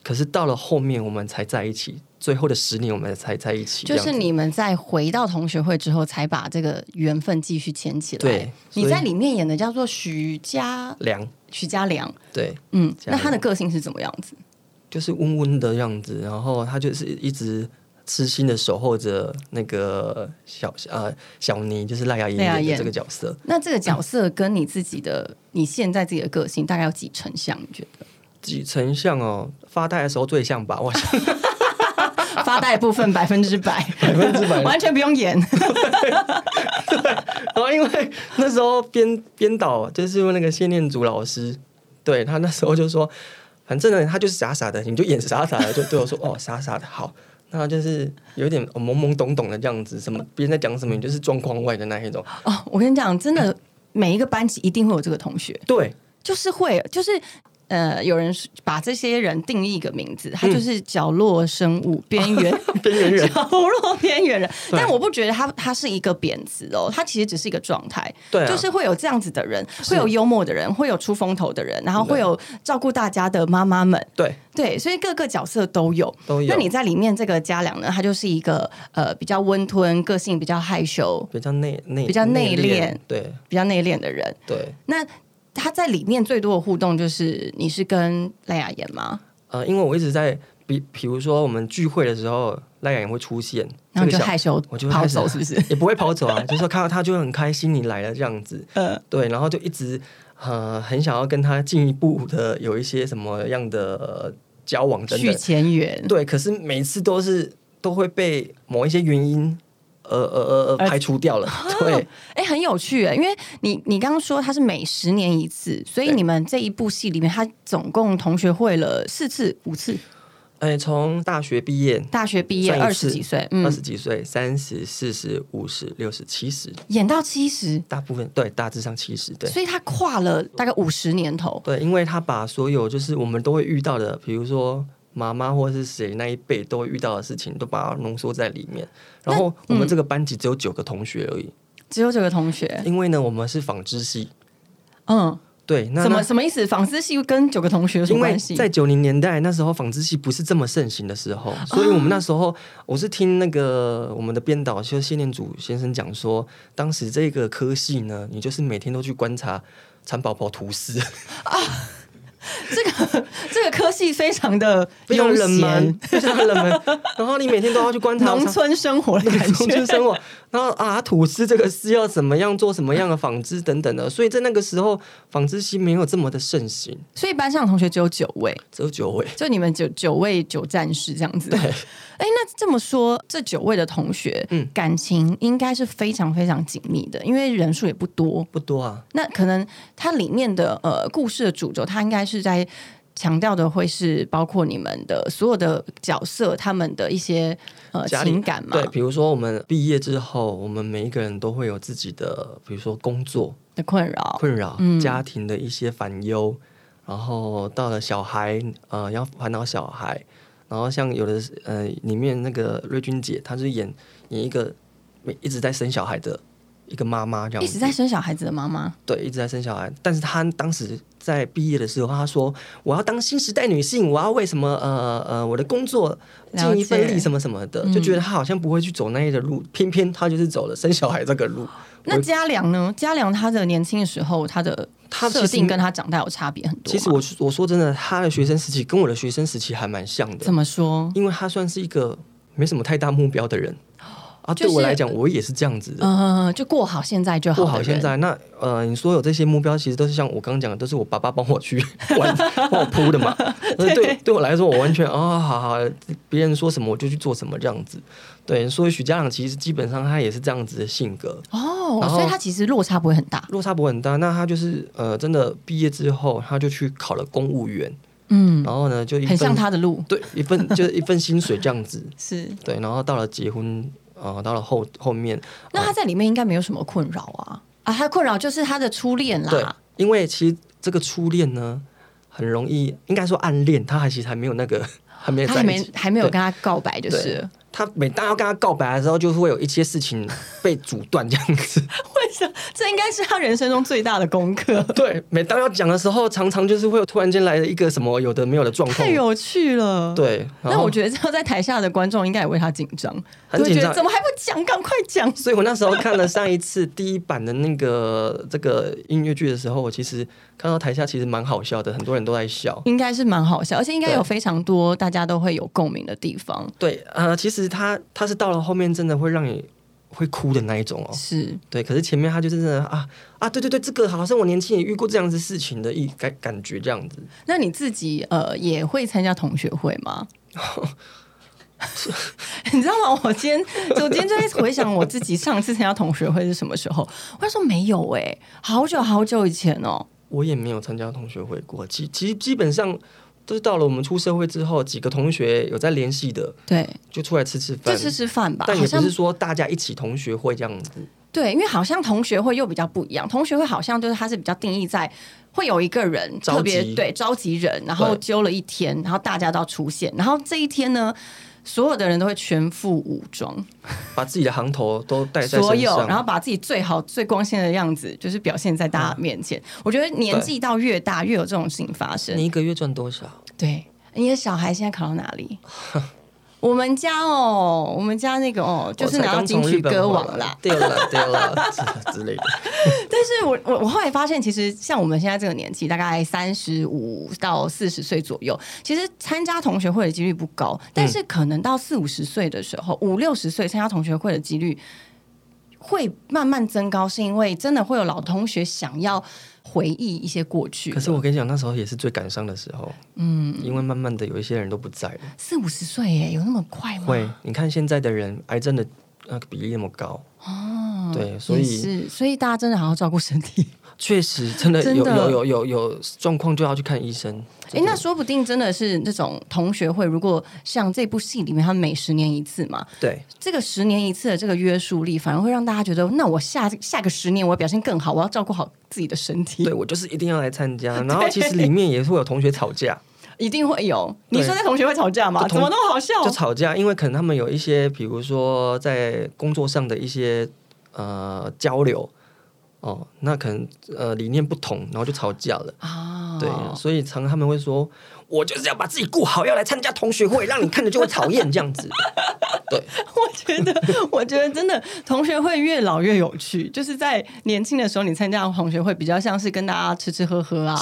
Speaker 2: 可是到了后面我们才在一起，最后的十年我们才在一起，
Speaker 1: 就
Speaker 2: 这样
Speaker 1: 是
Speaker 2: 子
Speaker 1: 你们在回到同学会之后，才把这个缘分继续牵起来。
Speaker 2: 对所以
Speaker 1: 你在里面演的叫做徐佳
Speaker 2: 凉
Speaker 1: 徐佳良，
Speaker 2: 对。
Speaker 1: 嗯，
Speaker 2: 佳
Speaker 1: 那
Speaker 2: 良
Speaker 1: 他的个性是怎么样子？
Speaker 2: 就是温温的样子，然后他就是一直痴心的守候着那个小呃小妮，就是赖雅妍
Speaker 1: 赖雅
Speaker 2: 演的
Speaker 1: 妍
Speaker 2: 这个角色。
Speaker 1: 那这个角色跟你自己的、你现在自己的个性大概有几成像？你觉
Speaker 2: 几成像哦，发呆的时候最像吧，我 想
Speaker 1: 得发呆的部分百分之百，
Speaker 2: 百分之百。
Speaker 1: 完全不用演。
Speaker 2: 然后因为那时候编编导就是那个谢念祖老师，对他那时候就说，反正呢他就是傻傻的，你就演傻傻的，就对我说哦傻傻的好。那就是有点哦懵懵懂懂的这样子，什么别人在讲什么，你就是状况外的那一种。
Speaker 1: 哦，我跟你讲，真的，每一个班级一定会有这个同学。
Speaker 2: 对，
Speaker 1: 就是会，就是呃，有人把这些人定义一个名字，他就是角落生物、边缘
Speaker 2: 边缘人
Speaker 1: 角落边缘人。
Speaker 2: 对
Speaker 1: 但我不觉得他他是一个贬词哦，他其实只是一个状态。
Speaker 2: 对啊
Speaker 1: 就是会有这样子的人，会有幽默的人，会有出风头的人，然后会有照顾大家的妈妈们。
Speaker 2: 对，
Speaker 1: 对，所以各个角色都有。
Speaker 2: 都有
Speaker 1: 那你在里面这个嘉良呢，他就是一个呃比较温吞、个性比较害羞、
Speaker 2: 比较内内
Speaker 1: 比较内敛
Speaker 2: 敛，对
Speaker 1: 比较内敛的人。
Speaker 2: 对。
Speaker 1: 那他在里面最多的互动就是你是跟赖雅妍吗？
Speaker 2: 呃，因为我一直在比，比如说我们聚会的时候，赖雅妍会出现，
Speaker 1: 然后
Speaker 2: 这
Speaker 1: 你
Speaker 2: 个
Speaker 1: 就
Speaker 2: 小
Speaker 1: 害羞
Speaker 2: 我就会
Speaker 1: 跑
Speaker 2: 开始
Speaker 1: 走，是 不是？
Speaker 2: 也不会跑走啊，就是说看到他就会很开心，你来了这样子，
Speaker 1: 呃，
Speaker 2: 对，然后就一直呃很想要跟他进一步的有一些什么样的、呃交往等
Speaker 1: 续
Speaker 2: 等，
Speaker 1: 前缘，
Speaker 2: 对，可是每次都是都会被某一些原因。呃呃呃，呃排除掉 了，对，
Speaker 1: 哎、很有趣哎，因为你你刚刚说他是每十年一次，所以
Speaker 2: 对
Speaker 1: 你们这一部戏里面，他总共同学会了四次、五次，
Speaker 2: 哎，从大学毕业，
Speaker 1: 大学毕业
Speaker 2: 算一
Speaker 1: 二十
Speaker 2: 次
Speaker 1: 几岁，
Speaker 2: 二
Speaker 1: 嗯，
Speaker 2: 十几岁，三十、四十、五十、六十、七十，
Speaker 1: 演到七十，
Speaker 2: 大部分对，大致上七十，对。
Speaker 1: 所以他跨了大概五十年头。
Speaker 2: 对，因为他把所有就是我们都会遇到的，比如说妈妈或是谁那一辈都会遇到的事情，都把它浓缩在里面。然后我
Speaker 1: 嗯
Speaker 2: 们这个班级只有九个同学而已，
Speaker 1: 只有九个同学，
Speaker 2: 因为呢我们是纺织系，
Speaker 1: 嗯，
Speaker 2: 对，那
Speaker 1: 什么
Speaker 2: 那
Speaker 1: 什么意思？纺织系跟九个同学有什么
Speaker 2: 因为
Speaker 1: 关系？
Speaker 2: 在九零年代那时候纺织系不是这么盛行的时候，
Speaker 1: 哦
Speaker 2: 所以我们那时候我是听那个我们的编导就谢念祖先生讲说，当时这个科系呢，你就是每天都去观察蚕宝宝吐丝。
Speaker 1: 这个这个科系非常的
Speaker 2: 非常
Speaker 1: 悠
Speaker 2: 冷门非
Speaker 1: 闲，，
Speaker 2: 常冷门。然后你每天都要去观察
Speaker 1: 农村生活的感
Speaker 2: 农
Speaker 1: 觉
Speaker 2: 村。生活，然后啊，吐司这个是要怎么样做什么样的纺织等等的，所以在那个时候，纺织系没有这么的盛行，
Speaker 1: 所以班上的同学只有九位，
Speaker 2: 只有九位。
Speaker 1: 就你们九九位九战士这样子。对，哎、那这么说，这九位的同学，
Speaker 2: 嗯
Speaker 1: 感情应该是非常非常紧密的，因为人数也不多。
Speaker 2: 不多啊，
Speaker 1: 那可能它里面的呃故事的主轴，它应该是在强调的会是包括你们的所有的角色，他们的一些呃
Speaker 2: 家里
Speaker 1: 情感嘛
Speaker 2: 对，比如说我们毕业之后，我们每一个人都会有自己的，比如说工作
Speaker 1: 的困扰。
Speaker 2: 困扰、家庭的一些烦忧，然后到了小孩，呃，要烦恼小孩，然后像有的是呃，里面那个瑞君姐，她是演演一个一直在生小孩的一个妈妈，这样
Speaker 1: 一
Speaker 2: 子
Speaker 1: 直在生小孩子的妈妈，
Speaker 2: 对，一直在生小孩。但是她当时在毕业的时候，她说：“我要当新时代女性，我要为什么呃呃我的工作尽一份
Speaker 1: 了解嗯
Speaker 2: 力什么什么的。”就觉得她好像不会去走那一的路，偏偏她就是走了生小孩这个路。
Speaker 1: 那嘉良呢？嘉良他的年轻的时候，他的
Speaker 2: 他其
Speaker 1: 设
Speaker 2: 实
Speaker 1: 定跟他长大有差别很多
Speaker 2: 其
Speaker 1: 吗。
Speaker 2: 实我我说真的，她的学生时期跟我的学生时期还蛮像的，
Speaker 1: 怎么说？
Speaker 2: 因为她算是一个没什么太大目标的人啊。
Speaker 1: 就是
Speaker 2: 对我来讲，我也是这样子的。
Speaker 1: 呃，就过好现在就好。
Speaker 2: 过好现，在，那呃，你说有这些目标，其实都是像我刚刚讲的，都是我爸爸帮我去 玩帮我铺 的嘛。那对对我来说，我完全哦，好好，别人说什么我就去做什么这样子。对，所以许家朗其实基本上他也是这样子的性格，
Speaker 1: 哦，
Speaker 2: 然后
Speaker 1: 所以他其实落差不会很大。
Speaker 2: 落差不会很大。那他就是呃，真的毕业之后，他就去考了公务员，
Speaker 1: 嗯，
Speaker 2: 然后呢，就一
Speaker 1: 很像
Speaker 2: 份
Speaker 1: 他的路
Speaker 2: 对一份就是一份薪水这样子。
Speaker 1: 是。
Speaker 2: 对，然后到了结婚，呃，到了后后面，
Speaker 1: 那他在里面应该没有什么困扰啊啊，他的困扰就是他的初恋
Speaker 2: 对
Speaker 1: 啦。，
Speaker 2: 因为其实这个初恋呢，很容易，应该说暗恋，他还其实还没有那个，还没有
Speaker 1: 他
Speaker 2: 在
Speaker 1: 还
Speaker 2: 一
Speaker 1: 没
Speaker 2: 起。
Speaker 1: 还没有
Speaker 2: 对
Speaker 1: 跟他告白，就是了
Speaker 2: 他每当要跟他告白的时候，就是会有一些事情被阻断这样子。
Speaker 1: 为什么？这应该是他人生中最大的功课，
Speaker 2: 对，每当要讲的时候，常常就是会有突然间来了一个什么有的没有的状况
Speaker 1: 太。有趣了。，
Speaker 2: 对，然
Speaker 1: 那
Speaker 2: 后
Speaker 1: 我觉得这样在台下的观众应该也为他紧张，
Speaker 2: 很
Speaker 1: 就会
Speaker 2: 紧
Speaker 1: 觉得
Speaker 2: 张
Speaker 1: 怎么还不讲？赶快讲！
Speaker 2: 所以我那时候看了上一次第一版的那个这个音乐剧的时候，我其实看到台下其实蛮好笑的，很多人都在笑。
Speaker 1: 应该是蛮好笑，而且应该
Speaker 2: 对
Speaker 1: 有非常多大家都会有共鸣的地方。
Speaker 2: 对，呃，其实他他是到了后面真的会让你会哭的那一种哦。
Speaker 1: 是，
Speaker 2: 对，可是前面他就是真的啊啊，对对对，这个好像我年轻也遇过这样子事情的一感感觉这样子，
Speaker 1: 那你自己呃也会参加同学会 吗？你知道吗？我今天我今天就在回想我自己上次参加同学会是什么时候，我就说没有哎、好久好久以前哦、
Speaker 2: 我也没有参加同学会过，其其实基本上都是到了我们出社会之后，几个同学有在联系的，
Speaker 1: 对，
Speaker 2: 就出来吃吃饭
Speaker 1: 就，吃吃饭吧，
Speaker 2: 但
Speaker 1: 好
Speaker 2: 也不
Speaker 1: 像
Speaker 2: 是说大家一起同学会这样子，
Speaker 1: 对，因为好像同学会又比较不一样，同学会好像就是它是比较定义在会有一个人
Speaker 2: 召集
Speaker 1: 特别对召集人，然后
Speaker 2: 对
Speaker 1: 揪了一天，然后大家都要出现，然后这一天呢，所有的人都会全副武装，
Speaker 2: 把自己的行头都带在
Speaker 1: 所
Speaker 2: 身
Speaker 1: 有，
Speaker 2: 上，
Speaker 1: 然后把自己最好最光鲜的样子，就是表现在大家面
Speaker 2: 嗯
Speaker 1: 前。我觉得年纪到越大，越有这种事情发生。
Speaker 2: 你一个月赚多少？
Speaker 1: 对，你的小孩现在考到哪 里？我们家哦，我们家那个哦，就是
Speaker 2: 我才
Speaker 1: 拿到
Speaker 2: 刚
Speaker 1: 金
Speaker 2: 从
Speaker 1: 曲
Speaker 2: 日本
Speaker 1: 歌
Speaker 2: 回
Speaker 1: 王
Speaker 2: 来
Speaker 1: 啦。，
Speaker 2: 对了对了 之之类的，
Speaker 1: 但是我我我后来发现，其实像我们现在这个年纪，大概三十五到四十岁左右，其实参加同学会的几率不高。但是可能到四五十岁的时候，五六十岁参加同学会的几率会慢慢增高，是因为真的会有老同学想要回忆一些过去
Speaker 2: 可。是我跟你讲，那时候也是最感伤的时候，嗯，因为慢慢的有一些人都不在了。
Speaker 1: 四五十岁耶，有那么快吗？
Speaker 2: 会，你看现在的人，癌症的那个比例那么高。
Speaker 1: 哦，
Speaker 2: 对所
Speaker 1: 也
Speaker 2: 以
Speaker 1: 是，所以大家真的好好照顾身 体。
Speaker 2: 确实，真的
Speaker 1: 真
Speaker 2: 有
Speaker 1: 的
Speaker 2: 有有有有状况就要去看医生。
Speaker 1: 哎、那说不定真的是那种同学会，如果像这部戏里面，他们每十年一次嘛，
Speaker 2: 对，
Speaker 1: 这个十年一次的这个约束力，反而会让大家觉得，那我下下个十年我要表现更好，我要照顾好自己的身体
Speaker 2: 对，我就是一定要来参加。然后其实里面也是会有同学吵 架，
Speaker 1: 一定会有。
Speaker 2: 对
Speaker 1: 你说在同学会吵架吗？
Speaker 2: 就
Speaker 1: 怎
Speaker 2: 同
Speaker 1: 么那么好笑？
Speaker 2: 就吵架，因为可能他们有一些，比如说在工作上的一些呃交流，哦，那可能呃理念不同，然后就吵架了。
Speaker 1: 啊，
Speaker 2: 对，所以常常他们会说，我就是要把自己顾好，要来参加同学会，让你看着就会讨厌这样 子。对，
Speaker 1: 我觉得， 我觉得真的同学会越老越有趣。就是在年轻的时候，你参加的同学会比较像是跟大家吃吃喝喝啊，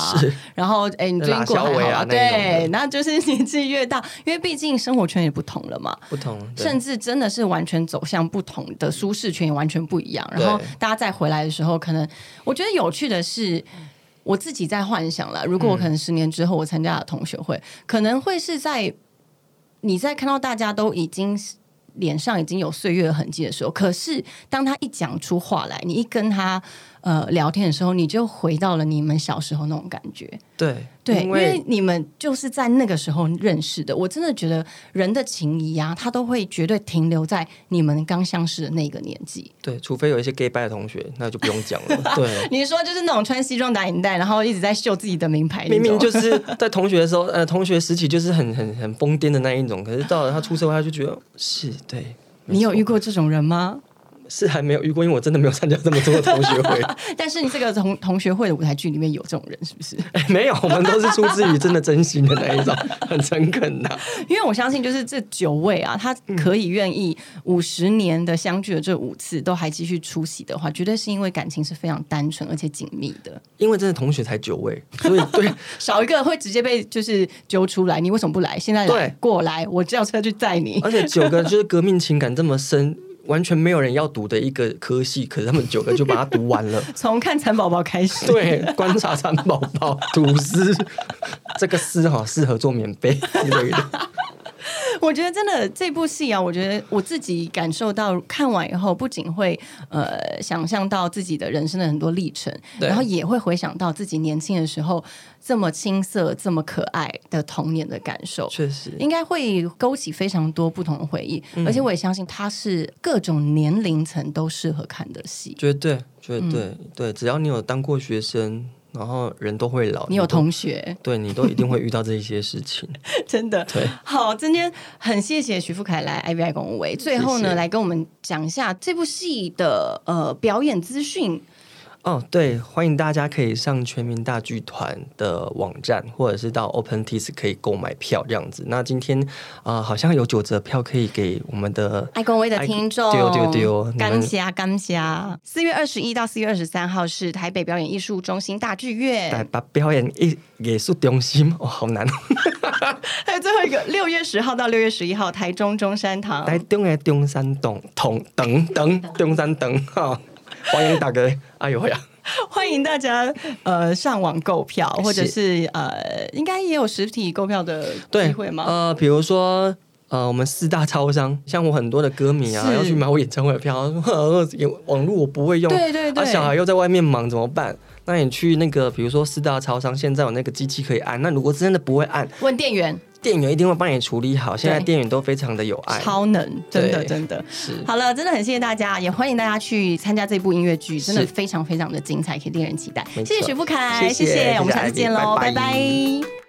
Speaker 1: 然后哎、你最近过得还
Speaker 2: 拉小
Speaker 1: 好
Speaker 2: 尾啊那一种的
Speaker 1: 对，那就是年纪越大，因为毕竟生活圈也不同了嘛。
Speaker 2: 不同，对
Speaker 1: 甚至真的是完全走向不同的舒适圈，也完全不一样。
Speaker 2: 对
Speaker 1: 然后大家再回来的时候，可能我觉得有趣的是，我自己在幻想了，如果我可能十年之后我参加了同学会，可能会是在你在看到大家都已经脸上已经有岁月的痕迹的时候，可是当他一讲出话来，你一跟他呃聊天的时候，你就回到了你们小时候那种感觉。
Speaker 2: 对
Speaker 1: 对，因
Speaker 2: 因
Speaker 1: 为
Speaker 2: 为
Speaker 1: 你们就是在那个时候认识的，我真的觉得人的情谊啊，它都会绝对停留在你们刚相识的那个年纪。
Speaker 2: 对，除非有一些 gay 拜的同学，那就不用讲 了。对。
Speaker 1: 你说就是那种穿西装打领带，然后一直在秀自己的名牌那种，
Speaker 2: 明明就是在同学的时候， 呃，同学时期就是很很很疯癫的那一种，可是到了他出社会，他就觉得哦是对，
Speaker 1: 你有遇过这种人吗？
Speaker 2: 是还没有遇过，因为我真的没有参加这么多的同学 会，
Speaker 1: 但是你这个同同学会的舞台剧里面有这种人，是不是？
Speaker 2: 哎没有，我们都是出自于真的真心的那一种，很诚恳的、
Speaker 1: 因为我相信，就是这九位啊，他可以愿意五十年的相聚的这五次都还继续出席的话，绝对是因为感情是非常单纯而且紧密的。
Speaker 2: 因为真的同学才九位，所以 对
Speaker 1: 少一个会直接被就是揪出来，你为什么不来？现在来
Speaker 2: 对
Speaker 1: 过来，我叫车去 载你。
Speaker 2: 而且九个就是革命情感这么深，完全没有人要读的一个科系，可是他们九个就把它读完了。
Speaker 1: 从看蚕宝宝开始，
Speaker 2: 对，观察蚕宝 宝、吐司，这个丝哈适合做棉被之类的。
Speaker 1: 我觉得真的这部戏啊，我觉得我自己感受到看完以后，不仅会呃想象到自己的人生的很多历程，
Speaker 2: 对
Speaker 1: 然后也会回想到自己年轻的时候这么青涩、这么可爱的童年的感受。
Speaker 2: 确实，
Speaker 1: 应该会勾起非常多不同的回忆，
Speaker 2: 嗯
Speaker 1: 而且我也相信它是各种年龄层都适合看的戏。
Speaker 2: 绝对，绝对，对，只要你有当过学生，然后人都会老，
Speaker 1: 你有
Speaker 2: 都
Speaker 1: 同学，
Speaker 2: 对你都一定会遇到这一些事 情。
Speaker 1: 真的
Speaker 2: 对，
Speaker 1: 好，今天很谢谢徐富凯来 I V I 公维，最后呢
Speaker 2: 谢谢
Speaker 1: 来跟我们讲一下这部戏的呃表演资讯。
Speaker 2: 哦，对，欢迎大家可以上全民大剧团的网站，或者是到 OpenTix 可以购买票这样子。那今天啊、呃好像有九折票可以给我们的
Speaker 1: 爱公威的听众，
Speaker 2: 对对对哦你们
Speaker 1: 感谢啊感谢啊！四月二十一到四月二十三号是台北表演艺术中心大剧
Speaker 2: 来
Speaker 1: 院，
Speaker 2: 把表演艺艺术中心哦，好难哦，
Speaker 1: 还 有最后一个六月十号到六月十一号台中中山堂。
Speaker 2: 台中的中山洞同等等中山洞 哈、哦，欢迎大家，哎呦喂呀，
Speaker 1: 欢迎大家呃上网购票，或者是呃应该也有实体购票的
Speaker 2: 对
Speaker 1: 机会吗？
Speaker 2: 呃，比如说。呃，我们四大超商，像我很多的歌迷啊，
Speaker 1: 是
Speaker 2: 要去买我演唱会的票，说呃有网络我不会用，
Speaker 1: 对对对
Speaker 2: 啊，小孩又在外面忙怎么办？那你去那个，比如说四大超商，现在有那个机器可以按，那如果真的不会按，
Speaker 1: 问店员，
Speaker 2: 店员一定会帮你处理好。现在
Speaker 1: 对
Speaker 2: 店员都非常的有爱，
Speaker 1: 超能，真的
Speaker 2: 对
Speaker 1: 真的。
Speaker 2: 是
Speaker 1: 好了，真的很谢谢大家，也欢迎大家去参加这部音乐剧，真的
Speaker 2: 是
Speaker 1: 非常非常的精彩，可以令人期待。
Speaker 2: 没
Speaker 1: 谢谢
Speaker 2: 错
Speaker 1: 徐富凯，
Speaker 2: 谢谢
Speaker 1: 我们
Speaker 2: 谢谢
Speaker 1: 下次见喽，
Speaker 2: 艾
Speaker 1: 拜
Speaker 2: 米
Speaker 1: 拜
Speaker 2: 拜